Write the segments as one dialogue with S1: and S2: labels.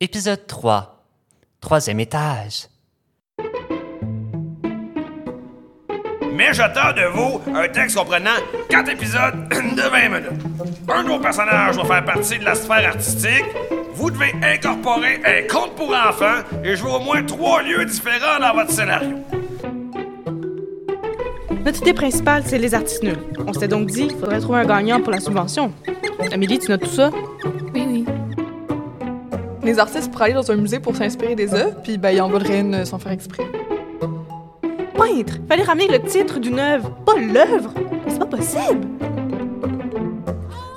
S1: Épisode 3. Troisième étage.
S2: Mais j'attends de vous un texte comprenant 4 épisodes de 20 minutes. Un de vos personnages va faire partie de la sphère artistique. Vous devez incorporer un conte pour enfants et jouer au moins trois lieux différents dans votre scénario.
S3: Notre idée principale, c'est les artistes nuls. On s'était donc dit qu'il faudrait trouver un gagnant pour la subvention. Amélie, tu notes tout ça?
S4: Oui, oui.
S5: Les artistes pourraient aller dans un musée pour s'inspirer des œuvres, puis ben, ils en voleraient une sans faire exprès.
S3: Peintre! Fallait ramener le titre d'une œuvre, pas l'œuvre! Mais C'est pas possible!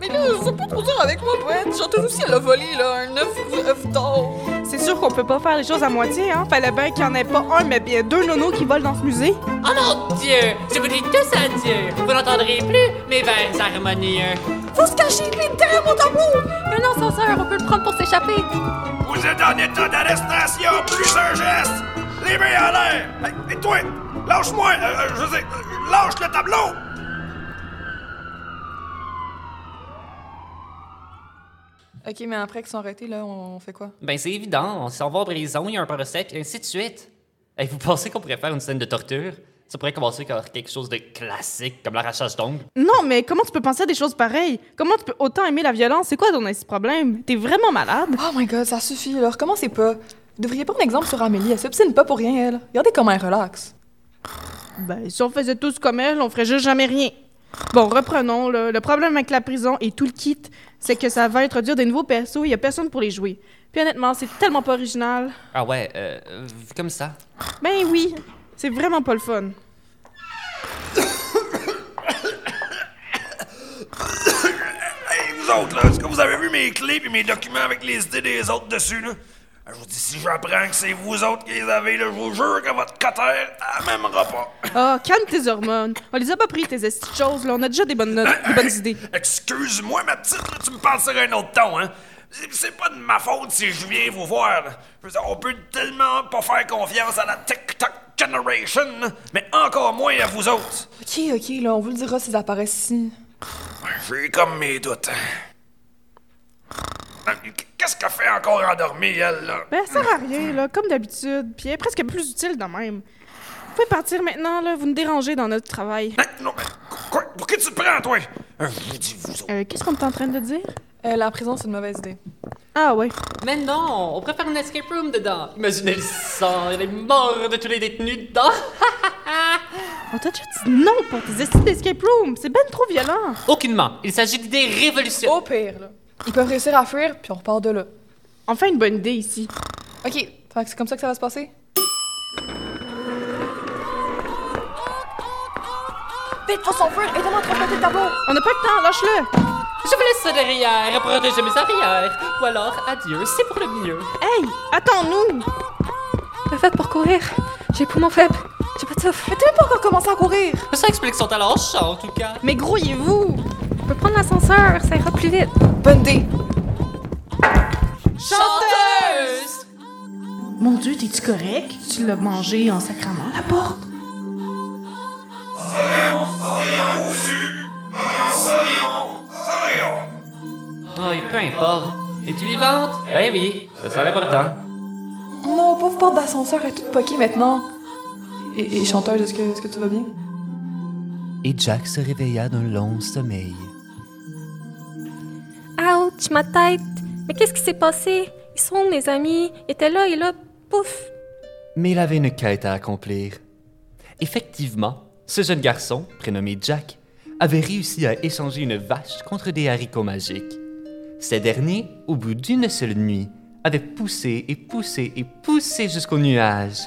S5: Mais là, je peux pas dire avec moi, poète. J'entends aussi, elle a volé, là, un œuf, œuf d'or.
S3: C'est sûr qu'on peut pas faire les choses à moitié, hein? Fallait bien qu'il y en ait pas un, mais bien deux nonos qui volent dans ce musée.
S6: Oh mon Dieu! Je vous dis tous adieu! Vous n'entendrez plus mes vers harmonieux.
S4: Faut se cacher, lui, derrière mon tableau! Un ascenseur, on peut le prendre pour s'échapper.
S2: Vous êtes en état d'arrestation, plus un geste! Les mains en l'air! Et toi, lâche-moi! euh, euh, je sais, lâche le tableau!
S5: Ok, mais après qu'ils sont arrêtés, là, on fait quoi?
S6: Ben, c'est évident, on s'en va en prison, il y a un procès, puis ainsi de suite. Et vous pensez qu'on pourrait faire une scène de torture? Ça pourrait commencer par quelque chose de classique, comme l'arrachage d'ongles.
S3: Non, mais comment tu peux penser à des choses pareilles? Comment tu peux autant aimer la violence? C'est quoi ton ainsi problème? T'es vraiment malade?
S5: Oh my god, ça suffit, là. Recommencez pas. Vous devriez prendre exemple sur Amélie. Elle s'obstine pas pour rien, elle. Regardez comment elle relaxe.
S3: Ben, si on faisait tous comme elle, on ferait juste jamais rien. Bon, reprenons. là. Le problème avec la prison et tout le kit, c'est que ça va introduire des nouveaux persos et il y a personne pour les jouer. Puis honnêtement, c'est tellement pas original.
S6: Ah ouais, euh, euh, comme ça.
S3: Ben oui, c'est vraiment pas le fun.
S2: Hey, vous autres, là, est-ce que vous avez vu mes clés et mes documents avec les idées des autres dessus, là? Ah, Je vous dis, si j'apprends que c'est vous autres qui les avez, là, je vous jure que votre cotère, elle m'aimera pas.
S3: Ah, calme tes hormones. On les a pas pris, tes estis de choses, là. On a déjà des bonnes notes, des bonnes idées.
S2: Excuse-moi, ma petite, là, tu me parles sur un autre ton, hein? C'est- C'est pas de ma faute si je viens vous voir. là. Je veux dire, On peut tellement pas faire confiance à la TikTok generation, là, mais encore moins à vous autres.
S5: Ok, ok, là, on vous le dira s'ils apparaissent ici.
S2: J'ai comme mes doutes. hein. Ah, Qu'est-ce qu'elle fait encore endormie, elle, là?
S3: Ben, ça sert à rien, là, comme d'habitude. Puis elle est presque plus utile, de même. Vous pouvez partir maintenant, là. Vous nous dérangez dans notre travail.
S2: Hein? Non, mais quoi? Pour qui tu te prends, toi? Euh, Je vous dis, vous autres.
S3: Euh, qu'est-ce qu'on est en train de dire?
S5: Euh, la prison, c'est une mauvaise idée.
S3: Ah, ouais.
S6: Mais non, on pourrait faire une escape room dedans. Imaginez le sang et les morts de tous les détenus dedans.
S3: On t'a déjà dit non pour tes estis d'escape room. C'est ben trop violent.
S6: Aucunement, il s'agit d'idées révolutionnaires.
S5: Au pire, là. Ils peuvent réussir à fuir, puis on repart de là.
S3: Enfin, une bonne idée ici.
S5: Ok, fait que c'est comme ça que ça va se passer?
S4: Vite, faut s'enfuir et demande trop le tableau.
S3: On n'a pas le temps, lâche-le.
S6: Je vous laisse ça derrière, protégez mes arrières. Ou alors, adieu, c'est pour le mieux.
S3: Hey, attends-nous.
S4: Le fait pour courir. J'ai les poumons faibles. J'ai pas de souffle. Mais t'es même pas encore commencé à courir.
S6: Ça explique son talent en chant, en tout cas.
S3: Mais grouillez-vous.
S4: On peut prendre l'ascenseur, ça ira plus vite.
S5: Bonne idée!
S6: Chanteuse!
S3: Mon Dieu, t'es-tu correct? Tu l'as mangé en sacrament, la porte.
S6: Oh, et peu importe. Es-tu vivante? Eh oui, c'est ça l'important.
S5: Oh non, pauvre porte d'ascenseur est toute poquée maintenant. Et, et chanteuse, est-ce que, est-ce que tout va bien?
S1: Et Jack se réveilla d'un long sommeil.
S4: Ouch, ma tête. Mais qu'est-ce qui s'est passé? Ils sont où, mes amis. Ils étaient là et là, pouf.
S1: Mais il avait une quête à accomplir. Effectivement, ce jeune garçon, prénommé Jack, avait réussi à échanger une vache contre des haricots magiques. Ces derniers, au bout d'une seule nuit, avaient poussé et poussé et poussé jusqu'au nuage.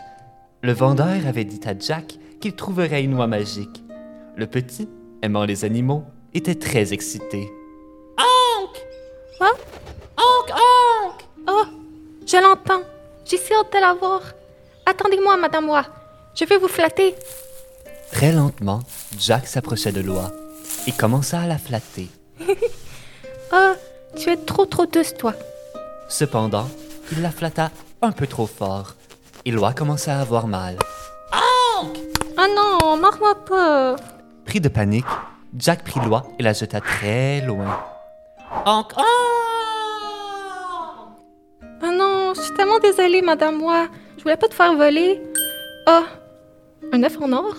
S1: Le vendeur avait dit à Jack qu'il trouverait une noix magique. Le petit, aimant les animaux, était très excité.
S6: Onk, onk!
S4: Oh, je l'entends. J'ai si hâte de la voir. Attendez-moi, madame Wa. Je vais vous flatter.
S1: Très lentement, Jack s'approcha de Loa et commença à la flatter.
S4: Oh, tu es trop, trop douce, toi.
S1: Cependant, il la flatta un peu trop fort. et Loa commença à avoir mal.
S4: Oh non, marre-moi pas.
S1: Pris de panique, Jack prit Loa et la jeta très loin.
S6: Onk, onk!
S4: Oh non, suis tellement désolée, madame moi. Je voulais pas te faire voler. Ah, un œuf en or?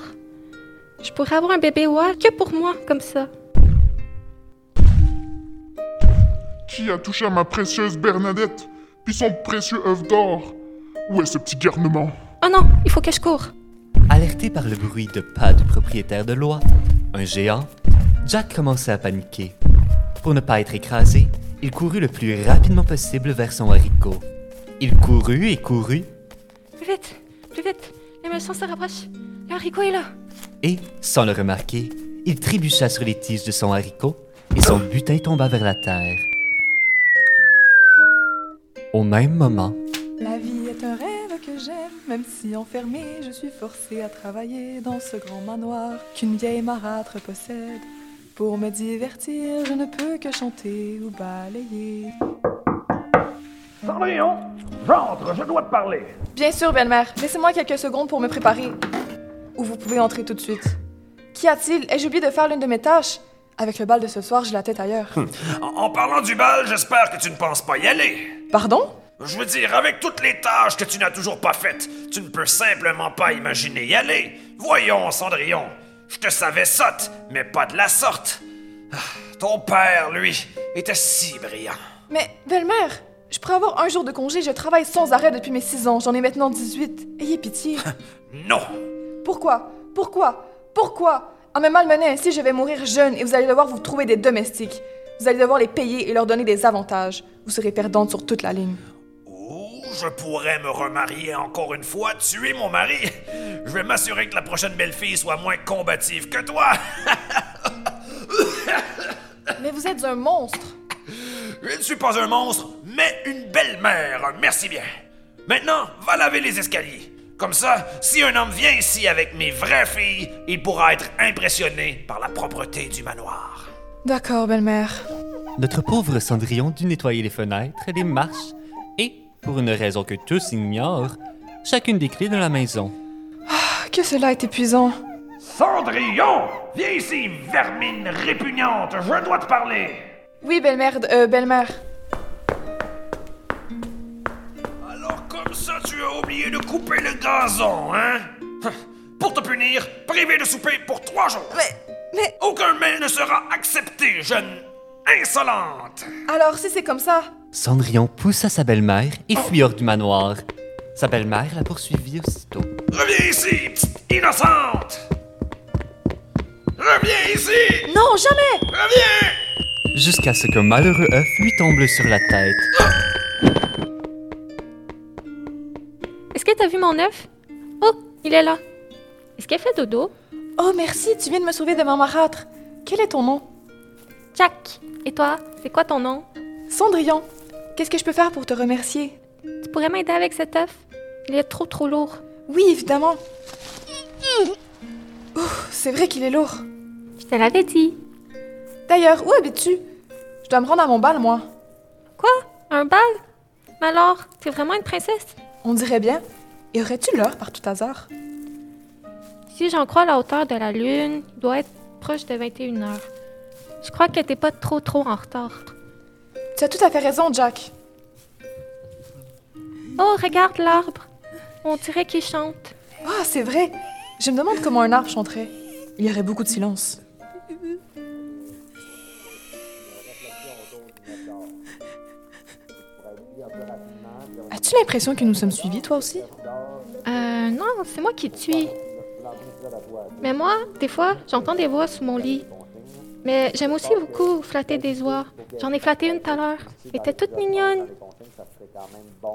S4: Je pourrais avoir un bébé oie que pour moi, comme ça.
S7: Qui a touché à ma précieuse Bernadette Puis son précieux œuf d'or Où est ce petit garnement
S4: Oh non, il faut que je cours.
S1: Alerté par le bruit de pas du propriétaire de l'oie, un géant, Jack commença à paniquer. Pour ne pas être écrasé, il courut le plus rapidement possible vers son haricot. Il courut et courut,
S4: Plus vite, plus vite. Les méchants se rapprochent. Le haricot est là.
S1: et, sans le remarquer, il trébucha sur les tiges de son haricot et son butin tomba vers la terre. Au même moment,
S8: La vie est un rêve que j'aime, même si enfermée, je suis forcée à travailler dans ce grand manoir qu'une vieille marâtre possède. Pour me divertir, je ne peux que chanter ou balayer.
S2: Cendrillon, j'entre, je dois te parler.
S8: Bien sûr, belle-mère, laissez-moi quelques secondes pour me préparer. Ou vous pouvez entrer tout de suite. Qu'y a-t-il Ai-je oublié de faire l'une de mes tâches Avec le bal de ce soir, j'ai la tête ailleurs.
S2: En, en parlant du bal, j'espère que tu ne penses pas y aller.
S8: Pardon
S2: Je veux dire, avec toutes les tâches que tu n'as toujours pas faites, tu ne peux simplement pas imaginer y aller. Voyons, Cendrillon, je te savais sotte, mais pas de la sorte. Ah, Ton père, lui, était si brillant.
S8: Mais, belle-mère, je pourrais avoir un jour de congé, je travaille sans arrêt depuis mes 6 ans, j'en ai maintenant 18. Ayez pitié.
S2: Non,
S8: Pourquoi Pourquoi Pourquoi Ah, En me malmenant ainsi, je vais mourir jeune et vous allez devoir vous trouver des domestiques. Vous allez devoir les payer et leur donner des avantages. Vous serez perdante sur toute la ligne.
S2: Ou je pourrais me remarier encore une fois, tuer mon mari. Je vais m'assurer que la prochaine belle-fille soit moins combative que toi.
S8: Mais vous êtes un monstre
S2: Je ne suis pas un monstre, mais une belle-mère. Merci bien. Maintenant, va laver les escaliers. Comme ça, si un homme vient ici avec mes vraies filles, il pourra être impressionné par la propreté du manoir.
S8: D'accord, belle-mère.
S1: Notre pauvre Cendrillon dut nettoyer les fenêtres, les marches et, pour une raison que tous ignorent, chacune des clés de la maison.
S8: Ah, Que cela est épuisant.
S2: Cendrillon, viens ici, vermine répugnante. Je dois te parler.
S8: Oui, belle-mère, d- euh, belle-mère.
S2: Alors comme ça, tu as oublié de couper le gazon, hein? Pour te punir, privé de souper pour trois jours.
S8: Mais, mais,
S2: Aucun mail ne sera accepté, jeune insolente.
S8: alors si c'est comme ça,
S1: Cendrillon poussa sa belle-mère et fuit hors du manoir. Sa belle-mère la poursuivit aussitôt.
S2: Reviens ici, petite innocente. Reviens ici.
S8: non, jamais
S2: Reviens.
S1: jusqu'à ce qu'un malheureux œuf lui tombe sur la tête.
S4: Est-ce que t'as vu mon œuf? Oh, il est là. Est-ce qu'elle fait dodo?
S8: Oh, merci, tu viens de me sauver de ma marâtre. Quel est ton nom
S4: Jack, et toi, c'est quoi ton nom?
S8: Cendrillon. Qu'est-ce que je peux faire pour te remercier
S4: Tu pourrais m'aider avec cet œuf? Il est trop trop lourd.
S8: Oui, évidemment. Ouf, c'est vrai qu'il est lourd.
S4: Je te l'avais dit.
S8: D'ailleurs, où habites-tu Je dois me rendre à mon bal, moi.
S4: Quoi? Un bal? Mais alors, t'es vraiment une princesse?
S8: On dirait bien. Et aurais-tu l'heure par tout hasard
S4: Si j'en crois la hauteur de la lune, il doit être proche de 21 heures. Je crois que t'es pas trop trop en retard.
S8: Tu as tout à fait raison, Jack.
S4: Oh, regarde l'arbre. On dirait qu'il chante.
S8: Ah, c'est vrai. Je me demande comment un arbre chanterait. Il y aurait beaucoup de silence. As-tu l'impression que nous sommes suivis, toi aussi
S4: Euh, non, c'est moi qui te suis. Mais moi, des fois, j'entends des voix sous mon lit. Mais j'aime aussi beaucoup flatter des oies. J'en ai flatté une tout à l'heure. Elle était toute mignonne.
S9: Ben,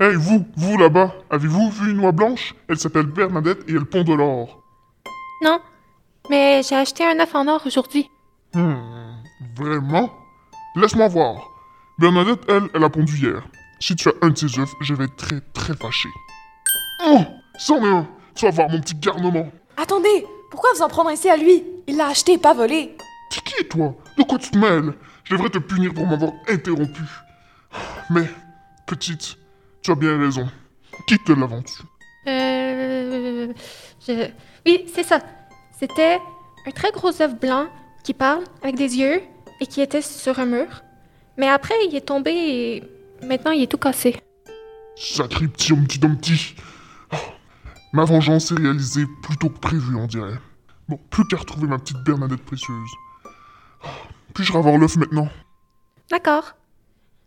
S7: Hey vous, vous là-bas, avez-vous vu une oie blanche Elle s'appelle Bernadette et elle pond de l'or.
S4: Non, mais j'ai acheté un œuf en or aujourd'hui.
S7: Vraiment Laisse-moi voir. Bernadette, elle, elle a pondu hier. Si tu as un de ses œufs, je vais être très très fâché. Oh C'en est un Tu vas voir mon petit garnement
S8: Attendez Pourquoi vous en prendre ainsi à lui Il l'a acheté, pas volé.
S7: T'es qui, toi De quoi tu te mêles Je devrais te punir pour m'avoir interrompu. Mais, petite, tu as bien raison. Quitte l'aventure.
S4: Euh, Je... Oui, c'est ça. C'était un très gros œuf blanc qui parle avec des yeux et qui était sur un mur. Mais après, il est tombé et maintenant, il est tout cassé.
S7: Sacré petit Humpty Dumpty. Oh, Ma vengeance s'est réalisée plus tôt que prévu, on dirait. Bon, plus qu'à retrouver ma petite Bernadette précieuse. Oh, Puis-je revoir l'œuf maintenant
S4: D'accord.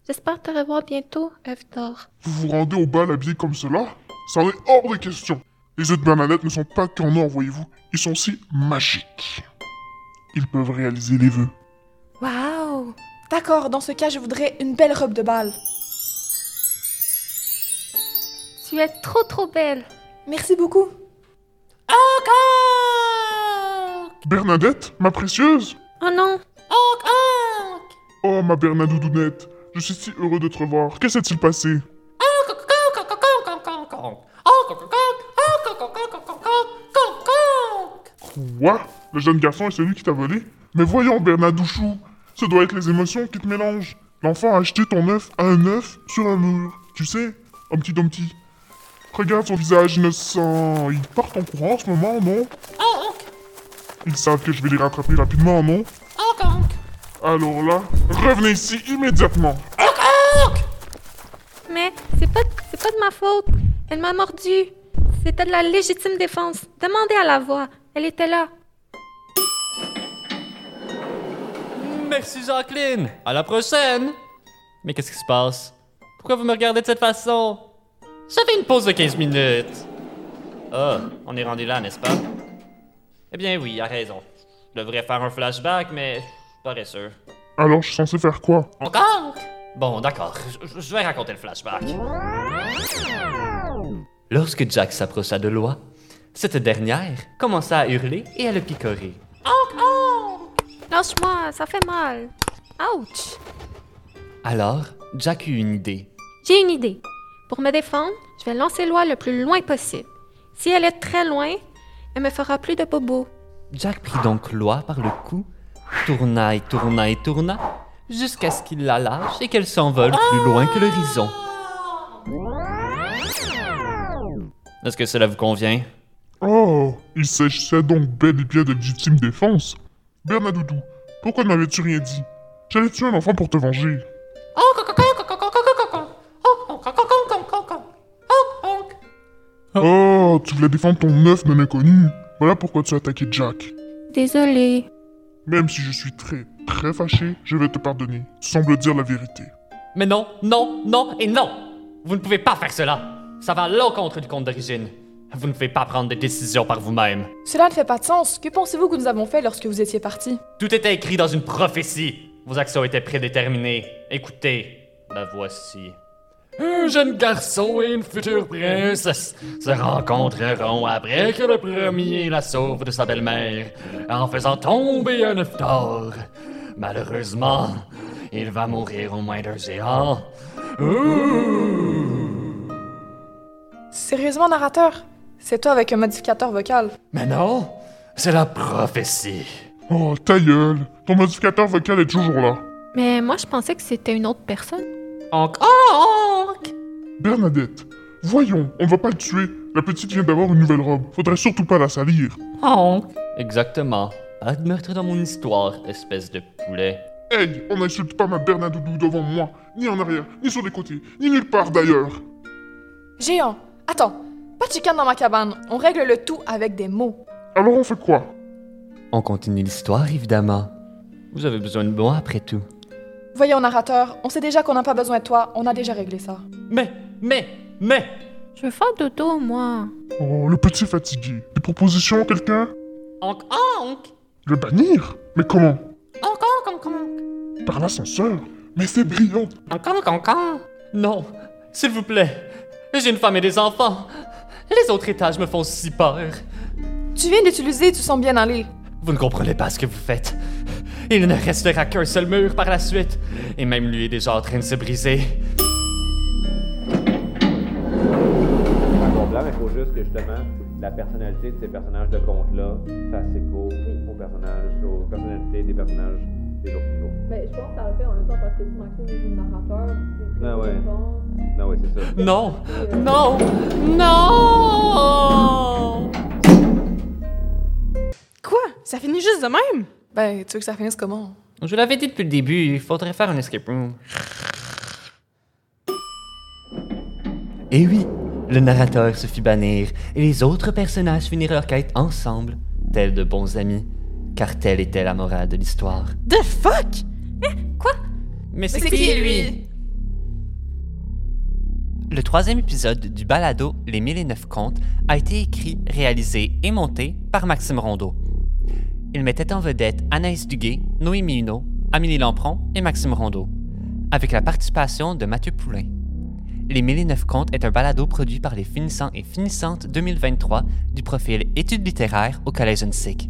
S4: J'espère te revoir bientôt, œuf d'or.
S7: Vous vous rendez au bal habillé comme cela Ça en est hors de question. Les œufs de Bernadette ne sont pas qu'en or, voyez-vous. Ils sont aussi magiques. Ils peuvent réaliser les vœux.
S4: Wow!
S8: D'accord, dans ce cas, je voudrais une belle robe de bal.
S4: Tu es trop trop belle!
S8: Merci beaucoup.
S7: Bernadette, ma précieuse
S4: Oh non!
S7: Oh, ma Bernadoudounette, je suis si heureux de te revoir. Que s'est-il passé Quoi Le jeune garçon est celui qui t'a volé Mais voyons, Bernadouchou, ce doit être les émotions qui te mélangent. L'enfant a acheté ton œuf à un œuf sur un mur. Tu sais, un petit dumpty. Regarde son visage innocent. Ils partent en courant en ce moment, non Ils savent que je vais les rattraper rapidement, non Alors là, revenez ici immédiatement.
S4: Mais c'est pas, c'est pas de ma faute. Elle m'a mordu. C'était de la légitime défense. Demandez à la voix. Elle était là.
S1: Merci Jacqueline. À la prochaine. Mais qu'est-ce qui se passe? Pourquoi vous me regardez de cette façon? J'avais une pause de 15 minutes. Ah, on est rendu là, n'est-ce pas? Eh bien oui, a raison. Je devrais faire un flashback, mais je suis pas très sûr.
S7: Alors, je suis censé faire quoi
S1: Encore? Bon, d'accord. Je- je- Je vais raconter le flashback.
S10: Lorsque Jack s'approcha de Loa, cette dernière commença à hurler et à le picorer.
S4: Lâche-moi, ça fait mal. Ouch!
S10: Alors, Jack eut une idée.
S4: J'ai une idée. Pour me défendre, je vais lancer Loi le plus loin possible. Si elle est très loin, elle me fera plus de bobos.
S10: Jack prit donc Loa par le cou, tourna et tourna et tourna, jusqu'à ce qu'il la lâche et qu'elle s'envole plus loin que l'horizon.
S1: Est-ce que cela vous convient?
S7: Oh, il s'agissait donc bel et bien de légitime défense. Bernadoudou, pourquoi ne m'avais-tu rien dit J'allais tuer un enfant pour te venger. Oh, tu voulais défendre ton œuf non inconnu. Voilà pourquoi tu as attaqué Jack.
S4: Désolée.
S7: Même si je suis très, très fâché, je vais te pardonner. Tu sembles dire la vérité.
S1: Mais non, non, non et non! Vous ne pouvez pas faire cela! Ça va à l'encontre du compte d'origine. Vous ne pouvez pas prendre des décisions par vous-même.
S8: Cela ne fait pas de sens. Que pensez-vous que nous avons fait lorsque vous étiez parti
S1: Tout était écrit dans une prophétie. Vos actions étaient prédéterminées. Écoutez, la voici. Un jeune garçon et une future princesse se rencontreront après que le premier la sauve de sa belle-mère en faisant tomber un œuf d'or. Malheureusement, il va mourir aux mains d'un géant. Ouh!
S8: Sérieusement, narrateur C'est toi avec un modificateur vocal.
S1: Mais non, c'est la prophétie.
S7: Oh, ta gueule. Ton modificateur vocal est toujours là.
S4: Mais moi, je pensais que c'était une autre personne.
S1: Encore!
S7: Bernadette, voyons, on ne va pas le tuer. La petite vient d'avoir une nouvelle robe. Faudrait surtout pas la salir.
S10: Exactement. Pas de meurtre dans mon histoire, espèce de poulet.
S7: Hey, on n'insulte pas ma Bernadoudou devant moi, ni en arrière, ni sur les côtés, ni nulle part d'ailleurs.
S8: Géant Attends, pas de chicane dans ma cabane. On règle le tout avec des mots.
S7: Alors on fait quoi
S10: On continue l'histoire, évidemment. Vous avez besoin de moi, après tout.
S8: Voyons, narrateur, on sait déjà qu'on n'a pas besoin de toi. On a déjà réglé ça.
S1: Mais, mais, mais!
S4: Je veux faire dodo, moi.
S7: Oh, le petit fatigué. Des propositions, quelqu'un
S1: Encore!
S7: Le bannir Mais comment Par l'ascenseur Mais c'est brillant
S1: Encore, encore, encore. Non, s'il vous plaît. J'ai une femme et des enfants. Les autres étages me font si peur.
S8: Tu viens d'utiliser, tu sens bien aller.
S1: Vous ne comprenez pas ce que vous faites. Il ne restera qu'un seul mur par la suite. Et même lui est déjà en train de se briser.
S11: un bon plan, mais il faut juste que justement la personnalité de ces personnages de conte-là fasse écho aux personnages, aux personnalités des personnages des autres niveaux.
S9: Mais Ben, je pense que ça le fait en même temps parce que tu Maxime est le narrateur. c'est
S11: Ah ouais.
S9: très bon.
S11: Non, oui, c'est ça.
S1: Non! Non! Non!
S3: de même?
S8: Ben, tu veux que ça finisse comment?
S1: Je l'avais dit depuis le début, il faudrait faire un escape room. Et Eh oui, le narrateur se fit bannir et les autres personnages finirent leur quête ensemble, tels de bons amis, car telle était la morale de l'histoire.
S3: The fuck?
S1: Mais c'est qui, lui? Le troisième épisode du balado Les 1009 contes a été écrit, réalisé et monté par Maxime Rondeau. Il mettait en vedette Anaïs Duguay, Noémie Huneau, Amélie Lampron et Maxime Rondeau, avec la participation de Mathieu Poulain. Les 1009 contes est un balado produit par les finissants et finissantes 2023 du profil Études littéraires au Collège Unsick.